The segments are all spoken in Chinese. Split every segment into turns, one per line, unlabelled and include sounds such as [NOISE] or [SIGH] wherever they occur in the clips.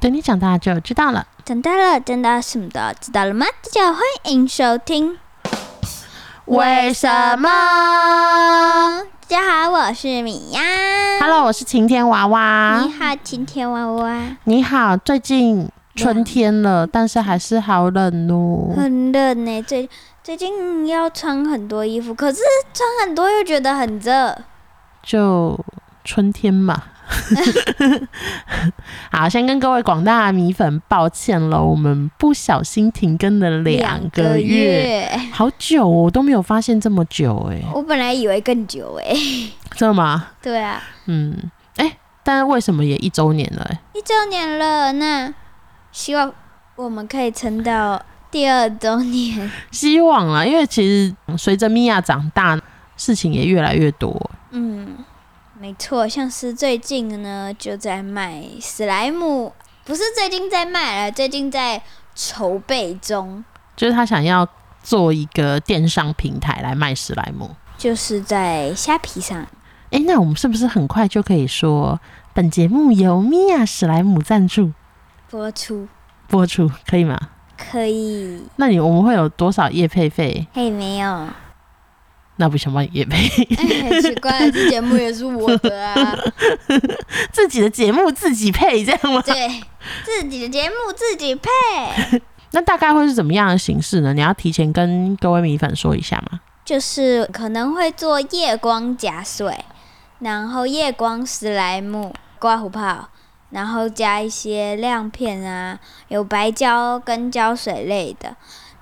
等你长大就知道了。
长大了，长大什么都知道了吗？大家好欢迎收听。为什
么
大家好，我是米娅。
？Hello，我是啊晴天娃娃
你。好，晴天娃娃。
你好，最近春天了，但是还是好冷哦。
很热呢，最最近要穿很多衣服，可是穿很多又觉得很热。
就春天嘛。 [LAUGHS] 好，先跟各位广大米粉抱歉了，我们不小心停更了两个月，
月，
好久哦，我都没有发现这么久哎、
我本来以为更久哎。
真的吗？
对啊，
嗯，哎、但是为什么也一周年了、欸？
一周年了，那希望我们可以撑到第二周年。
希望啦，因为其实随着米娅长大，事情也越来越多。
嗯，没错，像是最近呢就在卖史莱姆，不是最近在卖了，最近在筹备中，
就是她想要做一个电商平台来卖史莱姆。
就是在虾皮上。
哎、那我们是不是很快就可以说，本节目由米娅史莱姆赞助
播出
播出，可以吗？
可以，
那你我们会有多少业配费？
[LAUGHS] 嘿，没有，
那不想帮你业配， [LAUGHS]
哎，很奇怪，这节目也是我的 [LAUGHS] 啊，
自己的节目自己配这样吗？
对，自己的节目自己配。
那大概会是怎么样的形式呢？你要提前跟各位米粉说一下吗？
就是可能会做夜光假水，然后夜光史莱姆、刮胡泡，然后加一些亮片啊，有白胶跟胶水类的。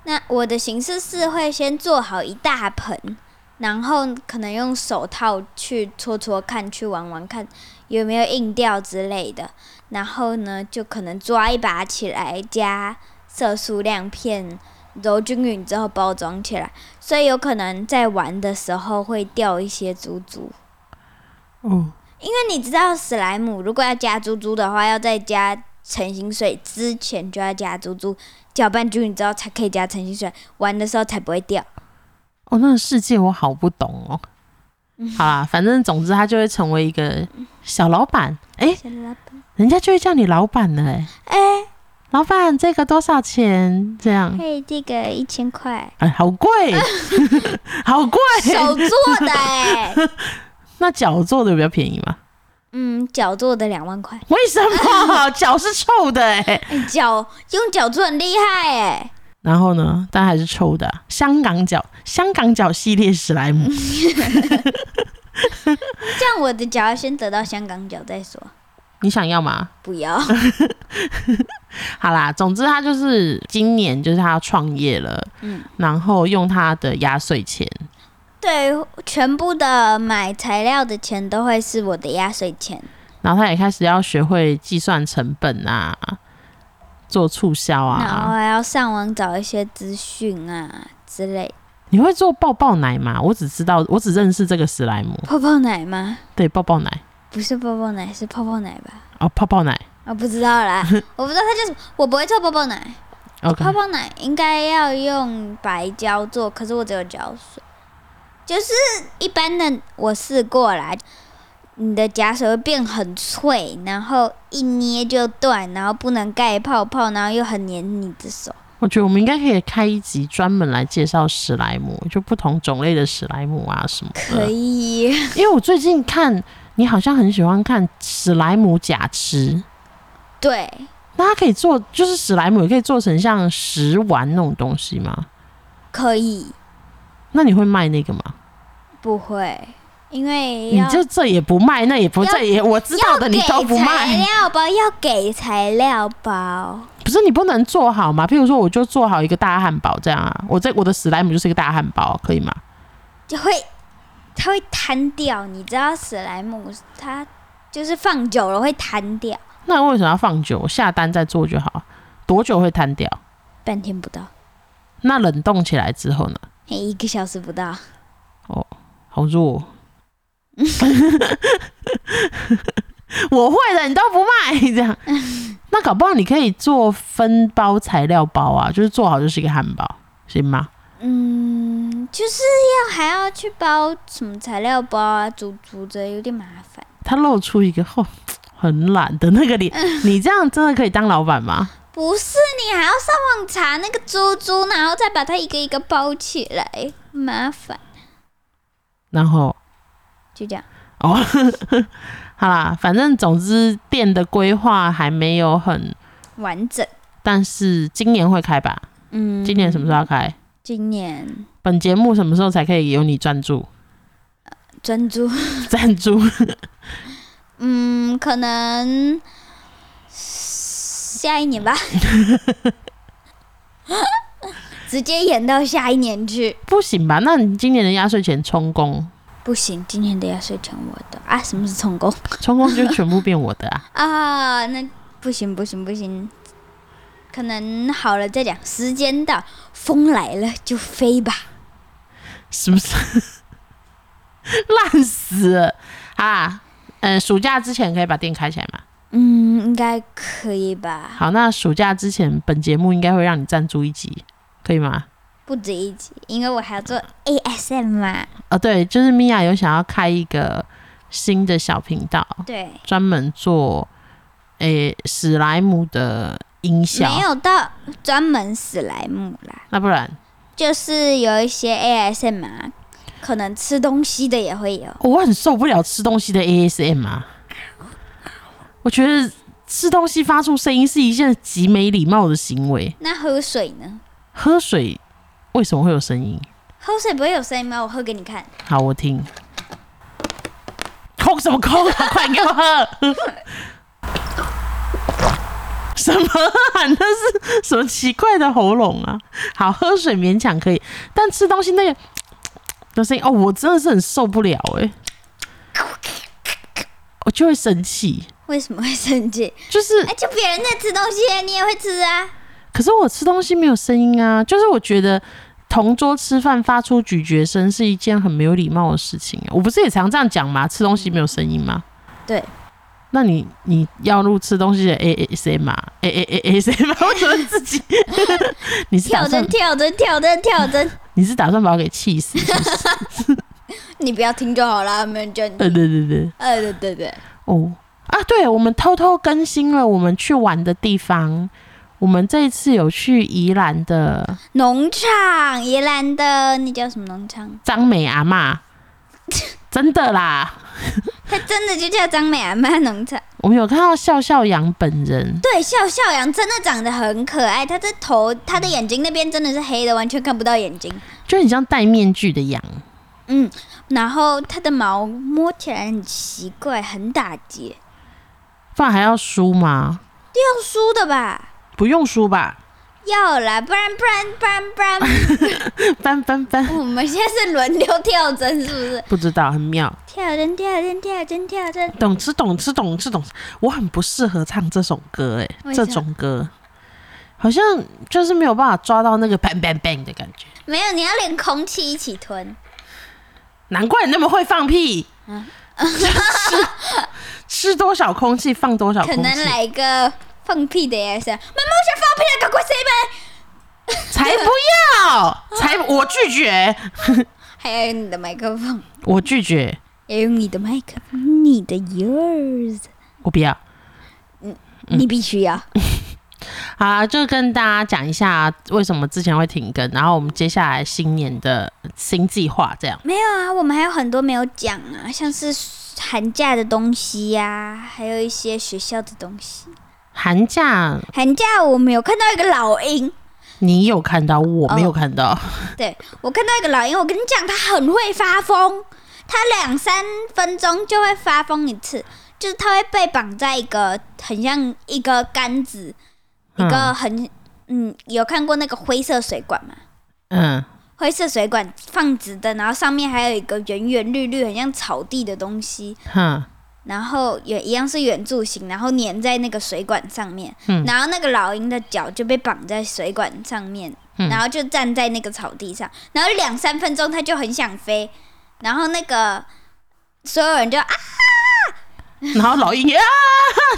那我的形式是会先做好一大盆，然后可能用手套去搓搓看，去玩玩看有没有硬掉之类的。然后呢，就可能抓一把起来，加色素亮片，揉均匀之后包装起来。所以有可能在玩的时候会掉一些珠珠，
哦，
因为你知道史莱姆如果要加珠珠的话，要在加成型水之前就要加珠珠，搅拌均匀之后才可以加成型水，玩的时候才不会掉。
哦，那个世界我好不懂哦。
嗯
好啦，反正总之他就会成为一个小老板，哎、人家就会叫你老板了、哎，
哎、
老板这个多少钱？这样，，
嘿，这个一千块
哎、
[LAUGHS]
好贵，好贵。
手做的
[LAUGHS]
哎、
那脚做的比较便宜吗？
嗯，脚做的两万块，
为什
[LAUGHS]
么脚是臭的、哎，
哎脚用脚做很厉害哎、
然后呢，但还是臭的啊、香港脚，香港脚系列史莱姆。
嗯这样我的脚要先得到香港脚再说，
你想要吗？
不要，
好啦，总之他就是今年就是他要创业了，
嗯。
然后用他的压岁钱
对，全部的买材料的钱都会是我的压岁钱。
然后他也开始要学会计算成本啊，做促销
然后
啊。
还要上网找一些资讯啊之类。 [LAUGHS]
你会做抱抱奶吗？我只知道，我只认识这个史莱姆。
泡泡奶吗？
对，抱抱奶
不是泡泡奶，是泡泡奶吧？
哦，泡泡奶。
啊、不知道啦，我不知道它叫什么，我不会做泡泡奶。
OK，
哦泡泡奶应该要用白胶做，可是我只有胶水。就是一般的，我试过啦，你的假水会变很脆，然后一捏就断，然后不能盖泡泡，然后又很黏你的手。
我觉得我们应该可以开一集专门来介绍史莱姆，就不同种类的史莱姆啊什么
可
的。
以， [LAUGHS]
因为我最近看你好像很喜欢看史莱姆假吃，
对，
那它可以做，就是史莱姆也可以做成像食玩那种东西吗？
可以。
那你会卖那个吗？
不会，因为
你
要
就这也不卖，那也不
要
这也我知道的，你都不
材
卖，
料包，要给材料包。
不是你不能做好吗？譬如说，我就做好一个大汉堡这样啊，我这我的史莱姆就是一个大汉堡，可以吗？
就会它会摊掉。你知道史莱姆它就是放久了会摊掉，
那为什么要放久？我下单再做就好，多久会摊掉？
半天不到，
那冷冻起来之后呢？
嘿一个小时不到。
好弱哦， [LAUGHS] 我会的，你都不卖这样。那搞不好你可以做分包材料包啊，就是做好就是一个汉堡，行吗？
嗯，就是要还要去包什么材料包啊、煮煮着有点麻烦。
他露出一个哦、很懒的那个脸，你这样真的可以当老板吗？
不是，你还要上网查那个猪猪，然后再把它一个一个包起来，麻烦。
然后
就这样，
哦， [LAUGHS] 好啦，反正总之店的规划还没有很，
完整。
但是今年会开吧？
嗯，
今年什么时候要开？
今年
本节目什么时候才可以有你赞助？
珍珠，
[LAUGHS] 赞助？
嗯，可能下一年吧，直接演到下一年去。
不行吧？那你今年的压岁钱充公，
不行，今年的压岁钱我的啊！什么是成功
充公就全部变我的啊！ [LAUGHS]
啊？那不行不行不行，可能好了再讲。时间到，风来了就飞吧。
是不是？ [LAUGHS] 烂死了啊！嗯，暑假之前可以把店开起来嘛？
嗯，应该可以吧？
好，那暑假之前本节目应该会让你赞助一集，可以吗？
不止一集，因为我还要做 ASM 嘛。
哦，对，就是米娅有想要开一个新的小频道，
对，
专门做诶、史莱姆的音效。
没有到专门史莱姆啦。
那不然
就是有一些 ASM 啊，可能吃东西的也会有。
我很受不了吃东西的 ASM 啊！我觉得吃东西发出声音是一件极没礼貌的行为。
那喝水呢？
喝水为什么会有声音？
喝水不会有声音吗？我喝给你看。
好，我听。空什么空啊！快给我喝！ [LAUGHS] 什么啊？那是什么奇怪的喉咙啊？好，喝水勉强可以，但吃东西那个的声音，哦，我真的是很受不了哎、我就会生气。
为什么会生气？ [LAUGHS]
就是
哎、，就别人在吃东西，你也会吃啊？
可是我吃东西没有声音啊，就是我觉得同桌吃饭发出咀嚼声是一件很没有礼貌的事情啊、我不是也常这样讲吗？吃东西没有声音吗？
对。
那你你要录吃东西的 A A S M 啊？A [LAUGHS] A A A S M 我怎么自己？你是打
跳
算
针，跳针，跳针，跳针，
你是打算把我给气死是不是？
你不要听就好啦，没人叫你。
对对对对，
呃，对对对，
哦啊，对，我们偷偷更新了我们去玩的地方。我们这一次有去宜兰的
农场宜兰的那叫什么农场？
张美阿嬷，真的啦。
它真的就叫张美阿妈农场。
我们有看到笑笑羊本人，
对，笑笑羊真的长得很可爱，它的头、它的眼睛那边真的是黑的，完全看不到眼睛。
就很像戴面具的羊。
嗯，然后它的毛摸起来很奇怪，很打结，
不然还要梳吗？
要梳的吧？
不用梳吧？ [LAUGHS]
要啦，不然不然不然不然，嗯
翻翻翻，
我们现在是轮流跳针，是不是？
不知道，很妙。
跳针跳针跳针跳针，
懂吃懂吃懂吃懂吃，我很不适合唱这首歌哎、
为啥
这种歌好像就是没有办法抓到那个 bang bang bang 的感觉。
没有，你要连空气一起吞。
难怪你那么会放屁，
嗯
[LAUGHS] 吃吃多少空气放多少
可
啊空
能
气，
来一个放屁的也是，妈妈，我想放屁了，赶快塞门。
才不要，才我拒绝，
还要用你的麦克风，
我拒绝，
要用你的麦克风，你的 yours，、
我不要。
你必须要。
好啦，就跟大家讲一下为什么之前会停更，然后我们接下来新年的新计划这样。
没有啊，我们还有很多没有讲啊，像是寒假的东西呀、还有一些学校的东西。
寒假
寒假我们有看到一个老鹰，
你有看到，我没有看到，
对我看到一个老鹰，我跟你讲，它很会发疯，它两三分钟就会发疯一次，就是它会被绑在一个很像一个杆子，一个很嗯，有看过那个灰色水管吗？
嗯，
灰色水管放直的，然后上面还有一个圆圆绿绿，很像草地的东西，
哼，
然后也一样是圆柱形，然后粘在那个水管上面，
嗯
然后那个老鹰的脚就被绑在水管上面，
嗯
然后就站在那个草地上，然后两三分钟它就很想飞，然后那个所有人就啊，
然后老鹰也啊，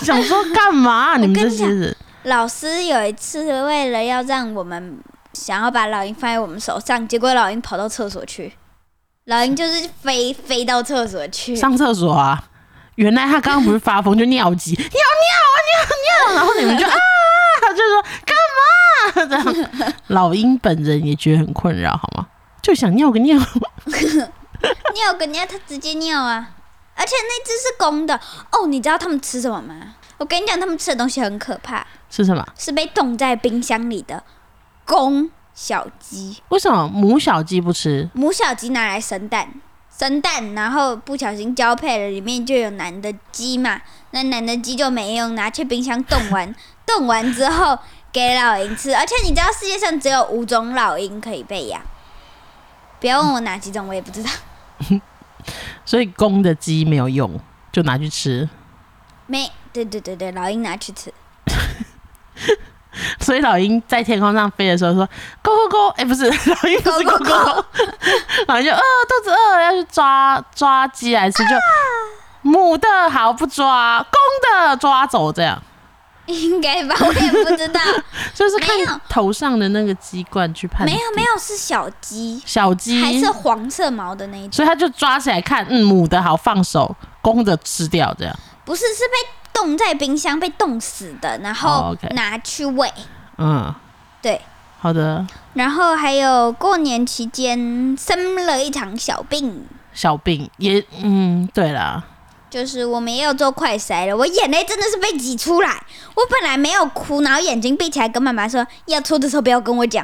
想说干嘛？你们这些人，
老师有一次为了要让我们想要把老鹰放在我们手上，结果老鹰跑到厕所去，老鹰就是飞飞到厕所去，
上厕所啊，原来他刚刚不是发疯，就尿急，尿尿啊尿尿，然后你们就啊，就说干嘛这样。老鹰本人也觉得很困扰，好吗？就想尿个尿，
尿个尿，它直接尿啊！而且那只是公的哦，你知道它们吃什么吗？我跟你讲，它们吃的东西很可怕，
是什么？
是被冻在冰箱里的公小鸡。
为什么母小鸡不吃？
母小鸡拿来生蛋，生蛋，然后不小心交配了，里面就有男的鸡嘛。那男的鸡就没用，拿去冰箱冻完，冻完之后给老鹰吃。而且你知道世界上只有五种老鹰可以被养，不要问我哪几种，我也不知道。
所以公的鸡没有用，就拿去吃。 [LAUGHS]
没，对对对对，老鹰拿去吃。
所以老鹰在天空上飞的时候说“咕咕咕”，哎、不是 [LAUGHS] 老鹰不是“咕咕咕”， [LAUGHS] 老鹰就饿、呃肚子饿了要去抓抓鸡来吃，
啊
就母的好不抓，公的抓走这样，
应该吧，我也不
[LAUGHS]
知道。
就是
没有
看头上的那个鸡冠去判
没
定。
有没有，是小鸡，
小鸡，
还是黄色毛的那一种，
所以他就抓起来看，嗯，母的好放手，公的吃掉这样。
不是，是被冻在冰箱被冻死的，然
哦
后
，OK
拿去喂。
嗯，
对，
好的，
然后还有过年期间生了一场小病，
小病也，嗯，对啦，
就是我们也有做快筛了，我眼泪真的是被挤出来。我本来没有哭，然后眼睛闭起来，跟妈妈说要搓的时候不要跟我讲。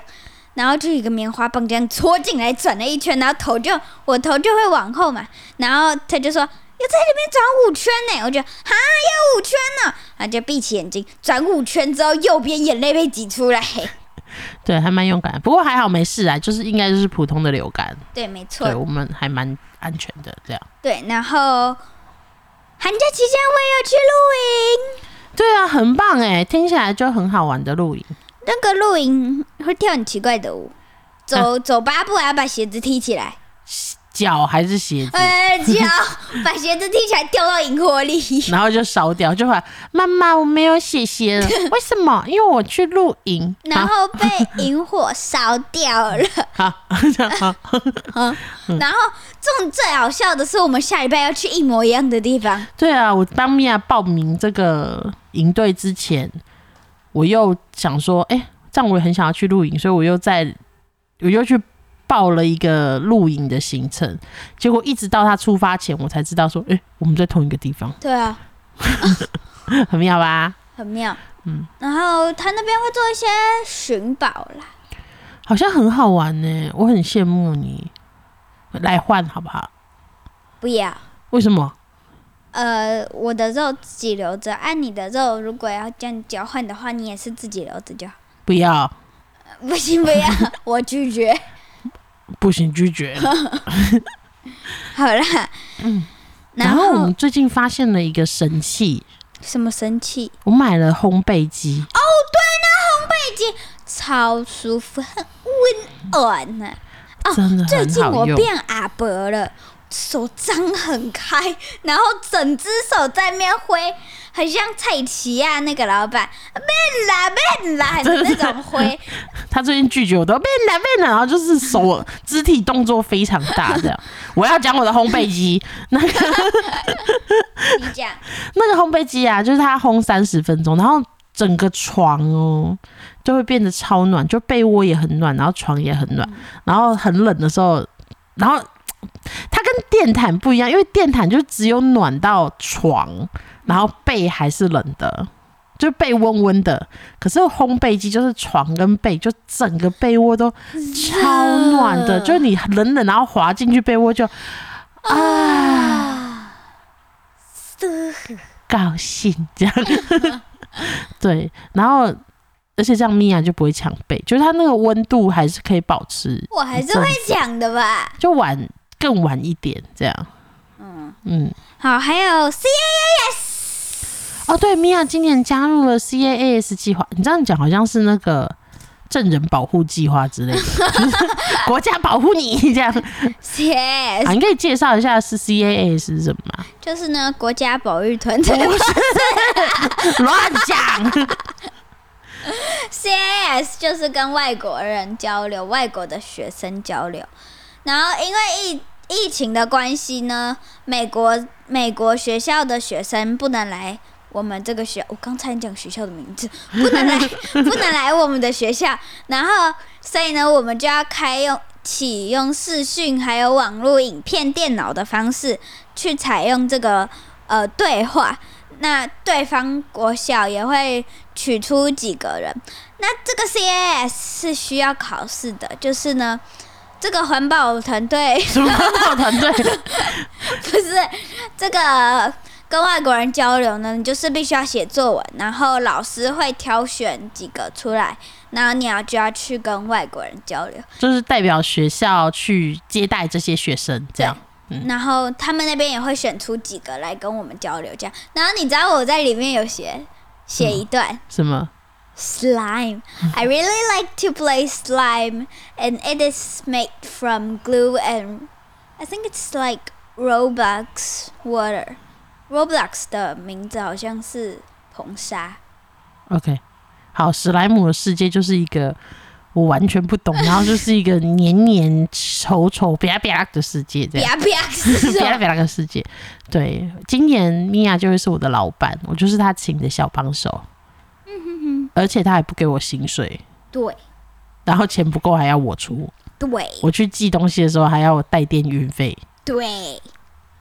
然后就一个棉花棒这样搓进来，转了一圈，然后头就我头就会往后嘛，然后他就说要在里面转五圈呢，我就哈要五圈呢，然后就闭起眼睛转五圈之后，右边眼泪被挤出来。
对，还蛮勇敢的。不过还好没事啊，就是应该就是普通的流感，
对，没错
对，我们还蛮安全的这样。
对，然后寒假期间我也有去露营，
对啊，很棒哎，听起来就很好玩的露营。
那个露营会跳很奇怪的舞，走、走八步还啊要把鞋子踢起 [LAUGHS] 来，
脚还是鞋子，
呃，脚把鞋子踢起来掉到萤火里。
然后就烧掉，就喊妈妈，我没有写鞋了，为什么？因为我去露营。
[LAUGHS] 然后被萤火烧掉了，
好，好这样好
然后重最好笑的是，我们下礼拜要去一模一样的地方，
对啊，我当米娅报名这个营队之前，我又想说，哎、这样我也很想要去露营，所以我又在，我又去报了一个露营的行程。结果一直到他出发前，我才知道说，哎、我们在同一个地方，
对啊，
很妙吧？
很妙，嗯，然后他那边会做一些寻宝啦，
好像很好玩呢、我很羡慕你。来换好不好？
不要，
为什么？
呃，我的肉自己留着，按、你的肉如果要这样交换的话，你也是自己留着就好。
不要，
不行，不 [LAUGHS] 要，我拒绝。
不行，
[LAUGHS]
拒绝。
好啦，嗯，
然
然
后我
后
们最近发现了一个神器，
什么神器？哦
我买了烘焙机。
超舒服，很温暖啊呢、
真的
哦最
很
近
好
我
用。
变阿伯了，手张很开，然后整只手在面挥，很像蔡奇亚那个老板变 [LAUGHS] 啦变啦的那种挥，
他最近拒绝我都变了变了，然后就是手肢体动作非常大这样。我要讲我的烘焙机，那个
你讲
那个烘焙机啊，就是它烘三十分钟，然后整个床哦就会变得超暖，就被窝也很暖，然后床也很暖，然后很冷的时候，然后它跟电毯不一样，因为电毯就只有暖到床，然后被还是冷的。就被温温的，可是烘焙机就是床跟被，就整个被窝都超暖的，就你冷冷然后滑进去被窝就
啊， [LAUGHS] 嘶
高兴这样。 [LAUGHS] 对，然后而且这样米娅就不会抢背，就是它那个温度还是可以保持，
我还是会讲的吧。
就晚更晚一点这样。嗯嗯，
好，还有 C A A S，
哦对，米娅今年加入了 CAAS 计划，你这样讲好像是那个。证人保护计划之类的， [LAUGHS] 就是国家保护你这样。
C A
啊，
S
你可以介绍一下是 CAAS 是什么吗？ [LAUGHS]
就是呢国家保育团 [LAUGHS] 队
乱讲。
C A S 就是跟外国人交流，外国的学生交流。然后因为疫疫情的关系呢，美国美国学校的学生不能来我们这个学，我刚才讲学校的名字，不能来 [LAUGHS] 不能来我们的学校，然后所以呢，我们就要开用启用视讯还有网络影片、电脑的方式去采用这个呃对话。那对方国小也会取出几个人，那这个 CAS 是需要考试的，就是呢，这个环保团队 [LAUGHS]
什么环保团队？ [LAUGHS]
不是这个跟外国人交流呢，你就是必须要写作文，然后老师会挑选几个出来，然后你要就要去跟外国人交流，
就是代表学校去接待这些学生，这样。
然后他们那边也会选出几个来跟我们交流，这样。然后你知道我在里面有写写一段。
什么？
Slime. I really like to play slime, and it is made from glue and I think it's like Roblox water. Roblox 的名字好像是硼砂，
OK，好，史莱姆的世界就是一个我完全不懂，然后就是一个黏黏稠稠、啪啪的世界，这样
啪啪是哦什
[LAUGHS] 啪
么
啪的世界。对，今年米娅就会是我的老板，我就是他请的小帮手，
嗯
而且他还不给我薪水，
对
然后钱不够还要我出，
对
我去寄东西的时候还要我带电运费，
对，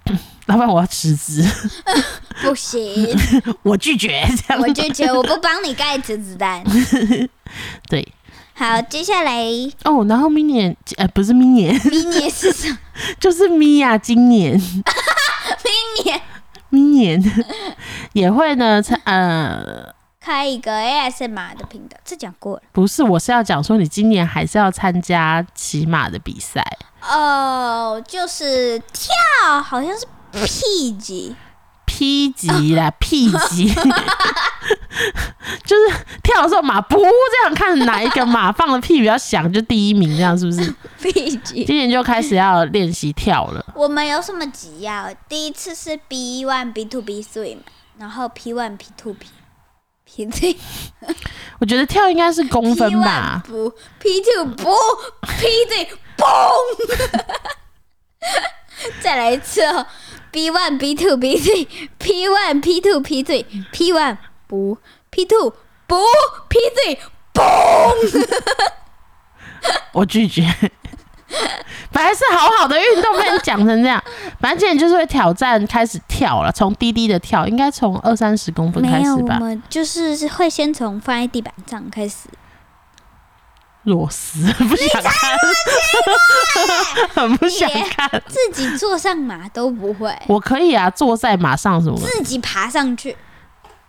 [LAUGHS] 要不然我要辞职，
不行，
我拒绝这样
我。拒绝，我不帮你盖子子弹。
[LAUGHS] 对，
好，接下来明
哦，然后明年呃不是明年，
年是什么？
就是米娅今年。
[LAUGHS] 明年
明年 [LAUGHS] 也会呢，参呃，
开一个 ASMR 的频道，这讲过了。
不是，我是要讲说你今年还是要参加骑马的比赛，
哦，就是跳，好像是 P
[LAUGHS]
级，
P
[LAUGHS]
级啦，P 级， [LAUGHS] 就是跳的时候马噗这样看哪一个马放的屁比较响，就第一名这样是
[LAUGHS]
不是？
B 级。
今年就开始要练习跳了，
我们有什么级呀、第一次是 B one、B two、B three 嘛，然后 P one、P two、P P three、
我觉得跳应该是公
P
[LAUGHS] 分
one
吧，
不，P two 不，P three 嘣！ [LAUGHS] 再来一次哦，B one、B two、B three、P one、P two、P three、P one 不，P two 不，P three 嘣！
我拒绝。 [LAUGHS] 本来是好好的运动，被你讲成这样。反正今年就是会挑战开始跳了，从低低的跳，应该从二三十公分开
没有，
始
我
吧。
们就是会先从放在地板上开始。
裸死，不想看， [LAUGHS] 很不想看。
自己坐上马都不
[LAUGHS]
会，
我可以啊，坐在马上什么的，
自己爬上去，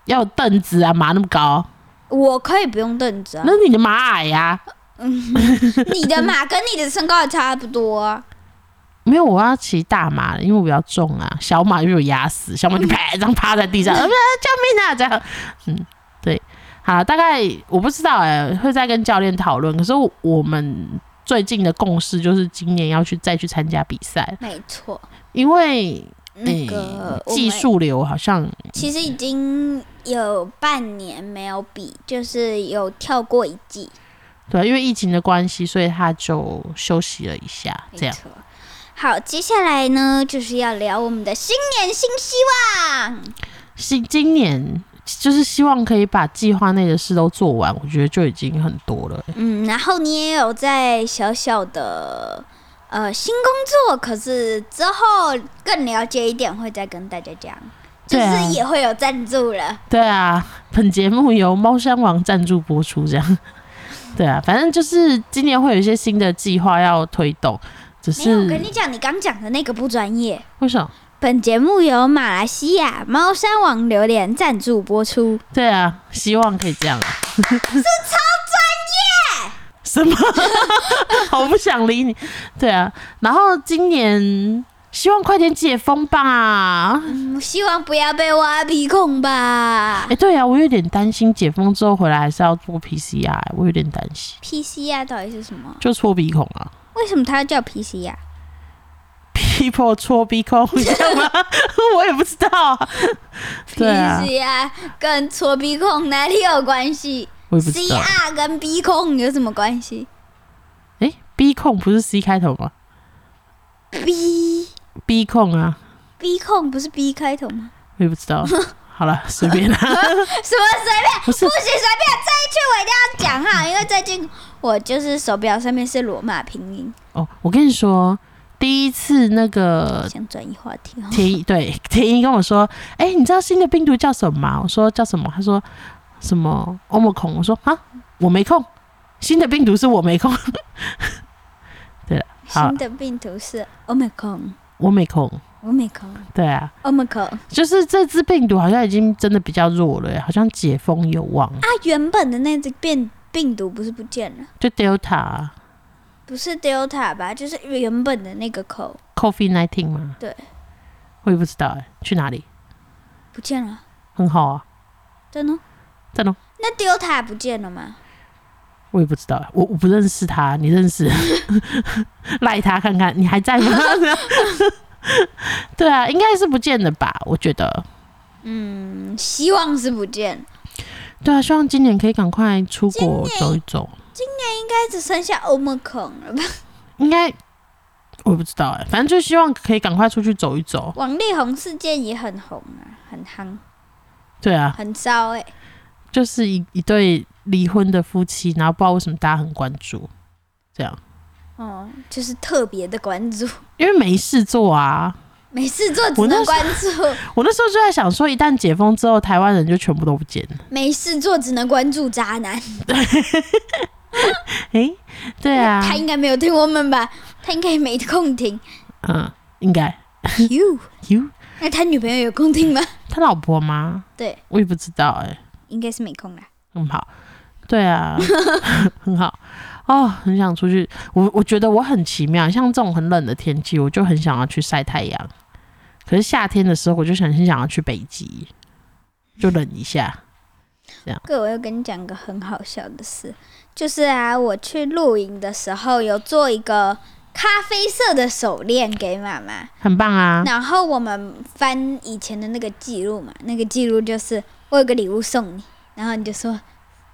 要有凳子啊，马那么高，
我可以不用凳子啊
那。是你的马矮啊呀、
你的马跟你的身高也差不多啊，
没有，我要骑大马了，因为我比较重啊，小马就有压死，小马就啪这样趴在
[LAUGHS]
地上，呃救命啊！这样，嗯，对，好，大概我不知道哎、会再跟教练讨论。可是我们最近的共识就是今年要去再去参加比赛，
没错。
因为
那个
嗯技，术流好像
我们其实已经有半年没有比，就是有跳过一季，
对，因为疫情的关系，所以他就休息了一下，这
没
样。
错。好，接下来呢，就是要聊我们的新年新希望。
新今年就是希望可以把计划内的事都做完，我觉得就已经很多了、
嗯，然后你也有在小小的呃新工作，可是之后更了解一点，会再跟大家讲，就
对啊
是也会有赞助了。
对啊，本节目由猫山王赞助播出，这样。 [LAUGHS] 对啊，反正就是今年会有一些新的计划要推动，只
没有，我跟
是
你讲，你刚讲的那个不专业。
为什么？
本节目由马来西亚猫山王榴莲赞助播出。
对啊，希望可以这样。是超专业。什么？ [LAUGHS] 我不想理你。对啊，然后今年希望快点解封吧。
嗯，希望不要被挖鼻孔吧
哎、。对啊，我有点担心解封之后回来还是要做 PCR，、我有点担心，
PCR 到底是什么？
就戳鼻孔啊。
为什么它叫啊 PCR？
People 戳鼻孔，你知道吗？ [LAUGHS] 我也不知道啊。对啊
PCR 跟戳鼻孔哪里有关系
我也不知道。
？CR 跟鼻孔有什么关系
哎、鼻孔不是 C 开头吗？
？B
B 控啊，
B 控不是 B 开头吗？
我也不知道。好了，随便啦，
什么随便？
不是
不行，随便这一句我一定要讲哈，因为最近我就是手表上面是罗马拼音，
哦。我跟你说，第一次那个
想转移话题哦。
田一对田一跟我说：“哎、你知道新的病毒叫什么吗？”我说：“叫什么？”他说：“什么欧莫孔？”我说：“啊，我没空。新的病毒是我没空，好
新的病毒是 Omicron。
我没空。
Omicron，”
对啊，
Omicron
就是这只病毒好像已经真的比较弱了耶，好像解封有望。
啊，原本的那只变病毒不是不见了，
就 Delta 啊
不是 Delta 吧？就是原本的那个口
COVID nineteen 嘛。
对，
我也不知道哎，去哪里？
不见了，
很好啊，
真的？
在哪？
那 Delta 不见了吗？
我也不知道欸，我我不认识他，你认识？ [LAUGHS] 赖他看看，你还在吗？ [LAUGHS] 对啊，应该是不见了吧？我觉得，
嗯，希望是不见了，
对啊，希望今年可以赶快出国走一走。
应该只剩下 Omicron 了吧？ [LAUGHS]
应该我也不知道哎，反正就希望可以赶快出去走一走。
王力宏事件也很红啊，很夯，
对啊，
很骚哎、
就是一一对离婚的夫妻，然后不知道为什么大家很关注，这样，
哦，就是特别的关注， [LAUGHS]
因为没事做啊。
没事做只
我那
能
时
关注，
我那时候就在想说，一旦解封之后，台湾人就全部都不见了。
没事做只能关注渣男。
诶、对啊，
他应该没有听我们吧？他应该没空听。
嗯，应该 [LAUGHS]
You，
you。
那他女朋友有空听吗？
他老婆吗？
对，
我也不知道哎、
应该是没空啦。
很好，对啊， [LAUGHS] 很好哦，很想出去。我我觉得我很奇妙，像这种很冷的天气，我就很想要去晒太阳。可是夏天的时候，我就想很想要去北极，就冷一下。
哥，我要跟你讲个很好笑的事，就是啊，我去露营的时候有做一个咖啡色的手链给妈妈，
很棒啊！
然后我们翻以前的那个记录嘛，那个记录就是我有个礼物送你，然后你就说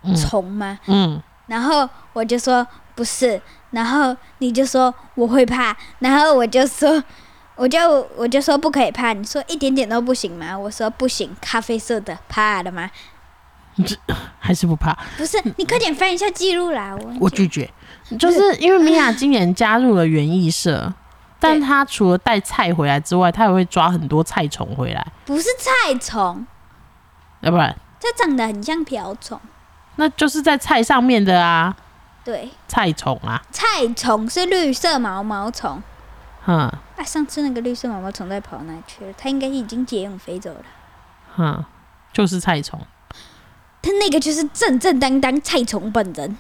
嗯
虫吗？
嗯，
然后我就说不是，然后你就说我会怕，然后我就说，我就我就说不可以怕，你说一点点都不行吗？我说不行，咖啡色的怕了吗？
还是不怕，
不是，你快点翻一下记录啦，我
我拒绝。 [LAUGHS] 就是因为米娅今年加入了园艺 [LAUGHS] 社，但她除了带菜回来之外，她也会抓很多菜虫回来，
不是菜虫，
要不然
它长得很像瓢虫，
那就是在菜上面的啊，
对，
菜虫啊，
菜虫是绿色毛毛虫。
哼
啊，上次那个绿色毛毛虫在跑哪去了？它应该已经解蛹飞走了。
哼，就是菜虫。
它那个就是正正当当菜虫本人。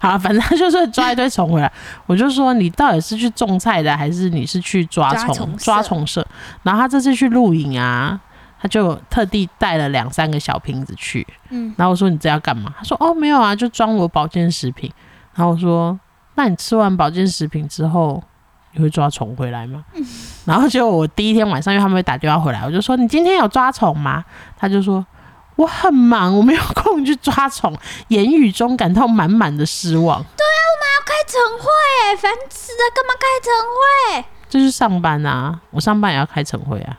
好，反正他就是抓一
[LAUGHS]
堆虫回来，我就说你到底是去种菜的，还是你是去抓
抓
虫
虫
抓
社
虫社？然后他这次去露营啊，他就特地带了两三个小瓶子去。
嗯，
然后我说你这要干嘛？他说哦没有啊，就装我保健食品。然后我说那你吃完保健食品之后，你会抓虫回来吗？
嗯
[LAUGHS] 然后结果我第一天晚上，因为他们会打电话回来，我就说你今天有抓虫吗？他就说我很忙，我没有空去抓虫，言语中感到满满的失望。
开晨会欸，烦死了，干嘛开晨会？
这就是上班啊，我上班也要开晨会啊。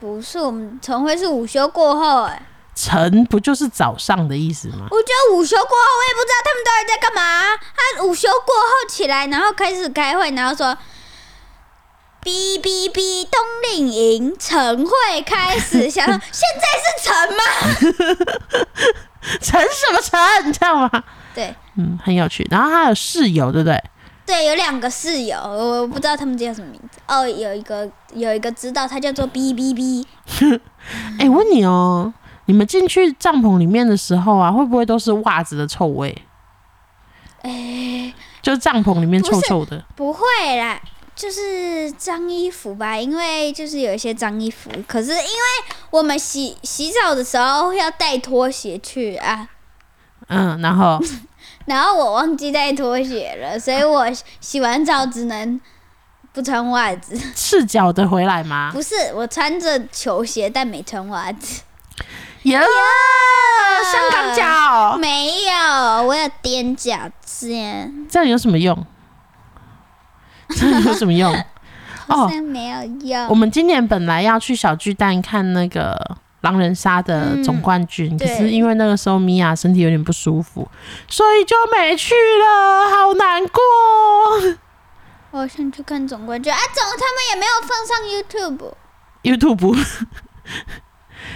不是，我们晨会是午休过后哎、
晨不就是早上的意思吗？ [LAUGHS]
我觉得午休过后，我也不知道他们到底在干嘛、他午休过后起来，然后开始开会，然后说。哔哔哔！冬令营晨会开始，想说现在是 [LAUGHS] 晨吗？
晨什么晨？你知道吗？
对
嗯，很有趣。然后他有室友，对不对？
对，有两个室友，我不知道他们叫什么名字。哦，有一个有一个知道，他叫做哔哔哔。
哎、我问你哦，你们进去帐篷里面的时候啊，会不会都是袜子的臭味？
哎、
就是帐篷里面臭臭的，
不会啦，就是脏衣服吧，因为就是有一些脏衣服，可是因为我们洗洗澡的时候要带拖鞋去啊，
嗯，
[LAUGHS]
然后
然后我忘记带拖鞋了，所以我洗洗完澡只能不穿袜子，
赤脚的回来吗？
不是我穿着球鞋但没穿袜子，
耶、香港脚，
没有，我有踮脚尖，
这样有什么用？这样有什么用？
好像没有用。
哦我们今年本来要去小巨蛋看那个狼人杀的总冠军，可
嗯对
是因为那个时候米娅身体有点不舒服，所以就没去了，好难过。
我好想去看总冠军啊，总他们也没有放上 YouTube。
YouTube，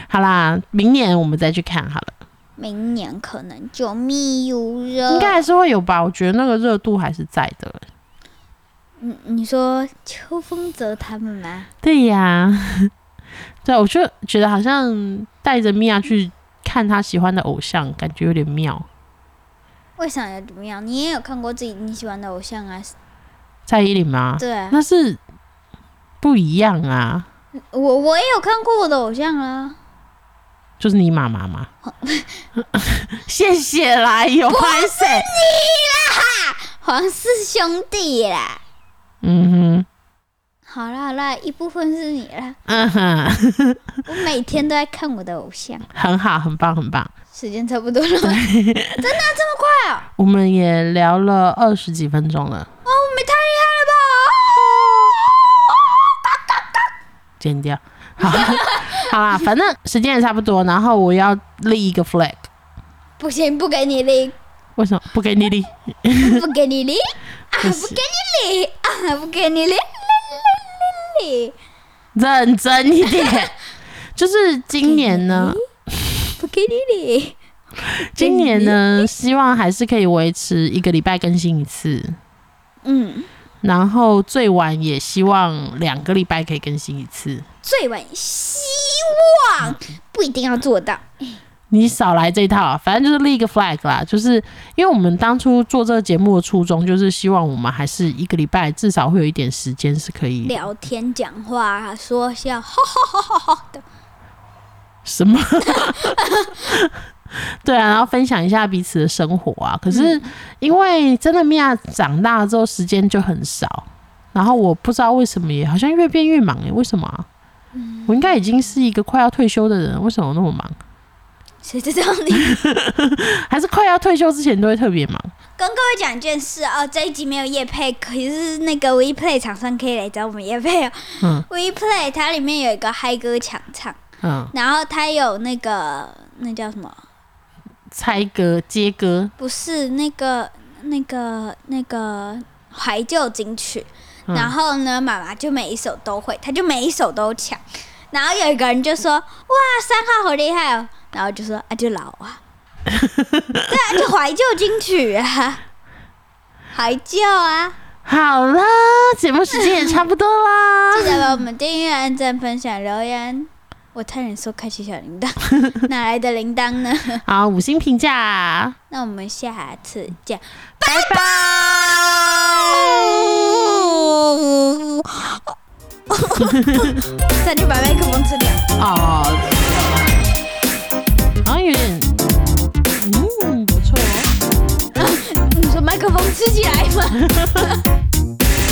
好啦，明年我们再去看好了，
明年可能就密有了。
应该还是会有吧？我觉得那个热度还是在的。
你你说秋风泽他们吗？
对呀，对，啊我就觉得好像带着米娅去看她喜欢的偶像，感觉有点妙。
为啥要怎么样？你也有看过自己你喜欢的偶像啊？
蔡依林吗？
对啊，
那是不一样啊，
我我也有看过我的偶像啊。
就是你妈妈嘛。 [LAUGHS] 谢谢啦，有拍谁？
皇室兄弟啦。
嗯哼，
好啦好啦，一部分是你啦。
嗯哼，
我每天都在看我的偶像。
很好，很棒，很棒。
时间差不多了吗，
我们也聊了二十几分钟了，
哦，我们太厉害了吧！
剪掉。 [LAUGHS] 好，好啦，反正时间也差不多，然后我要立一个 flag。
不行，不给你力，
为什么不给你立？
不给你力，啊，
不
不
行
给你力，啊，不给你力，力力力力，
认真一 [LAUGHS] 点。就是今年呢，
不给你力。
今年呢，希望还是可以维持一个礼拜更新一次，
嗯，
然后最晚也希望两个礼拜可以更新一次。
最晚希望不一定要做到。
你少来这一套，啊反正就是立一个 flag 啦。就是因为我们当初做这个节目的初衷，就是希望我们还是一个礼拜至少会有一点时间是可以
聊天、讲话、说笑，哈哈哈哈哈的。
什么？ [LAUGHS] 对啊，然后分享一下彼此的生活啊。可是因为真的米娅长大之后时间就很少，然后我不知道为什么也好像越变越忙诶、为什么啊、我应该已经是一个快要退休的人，为什么我那么忙？
谁知道你？
还是快要退休之前都会特别忙？
跟各位讲一件事哦，这一集没有夜配，可是那个 WePlay 厂商可以来找我们夜配哦。
嗯
WePlay 它里面有一个嗨歌抢唱，
嗯，
然后它有那个那叫什么？
猜歌接歌，
不是那个那个那个怀旧金曲。
嗯
然后呢，妈妈就每一首都会，她就每一首都抢。然后有一个人就说：“哇，三号好厉害哦！”然后就说：“啊，就老啊，对啊，就怀旧金曲啊，怀旧啊。”
好啦，节目时间也差不多啦。
记得帮我们订阅、按赞、分享、留言。我差点说开启小铃铛，哪来的铃铛呢？
好，五星评价，
那我们下次见，
拜拜。
再去把麦克风吃掉。
哦，好像有点，嗯，不错哦。
你说麦克风吃起来吗？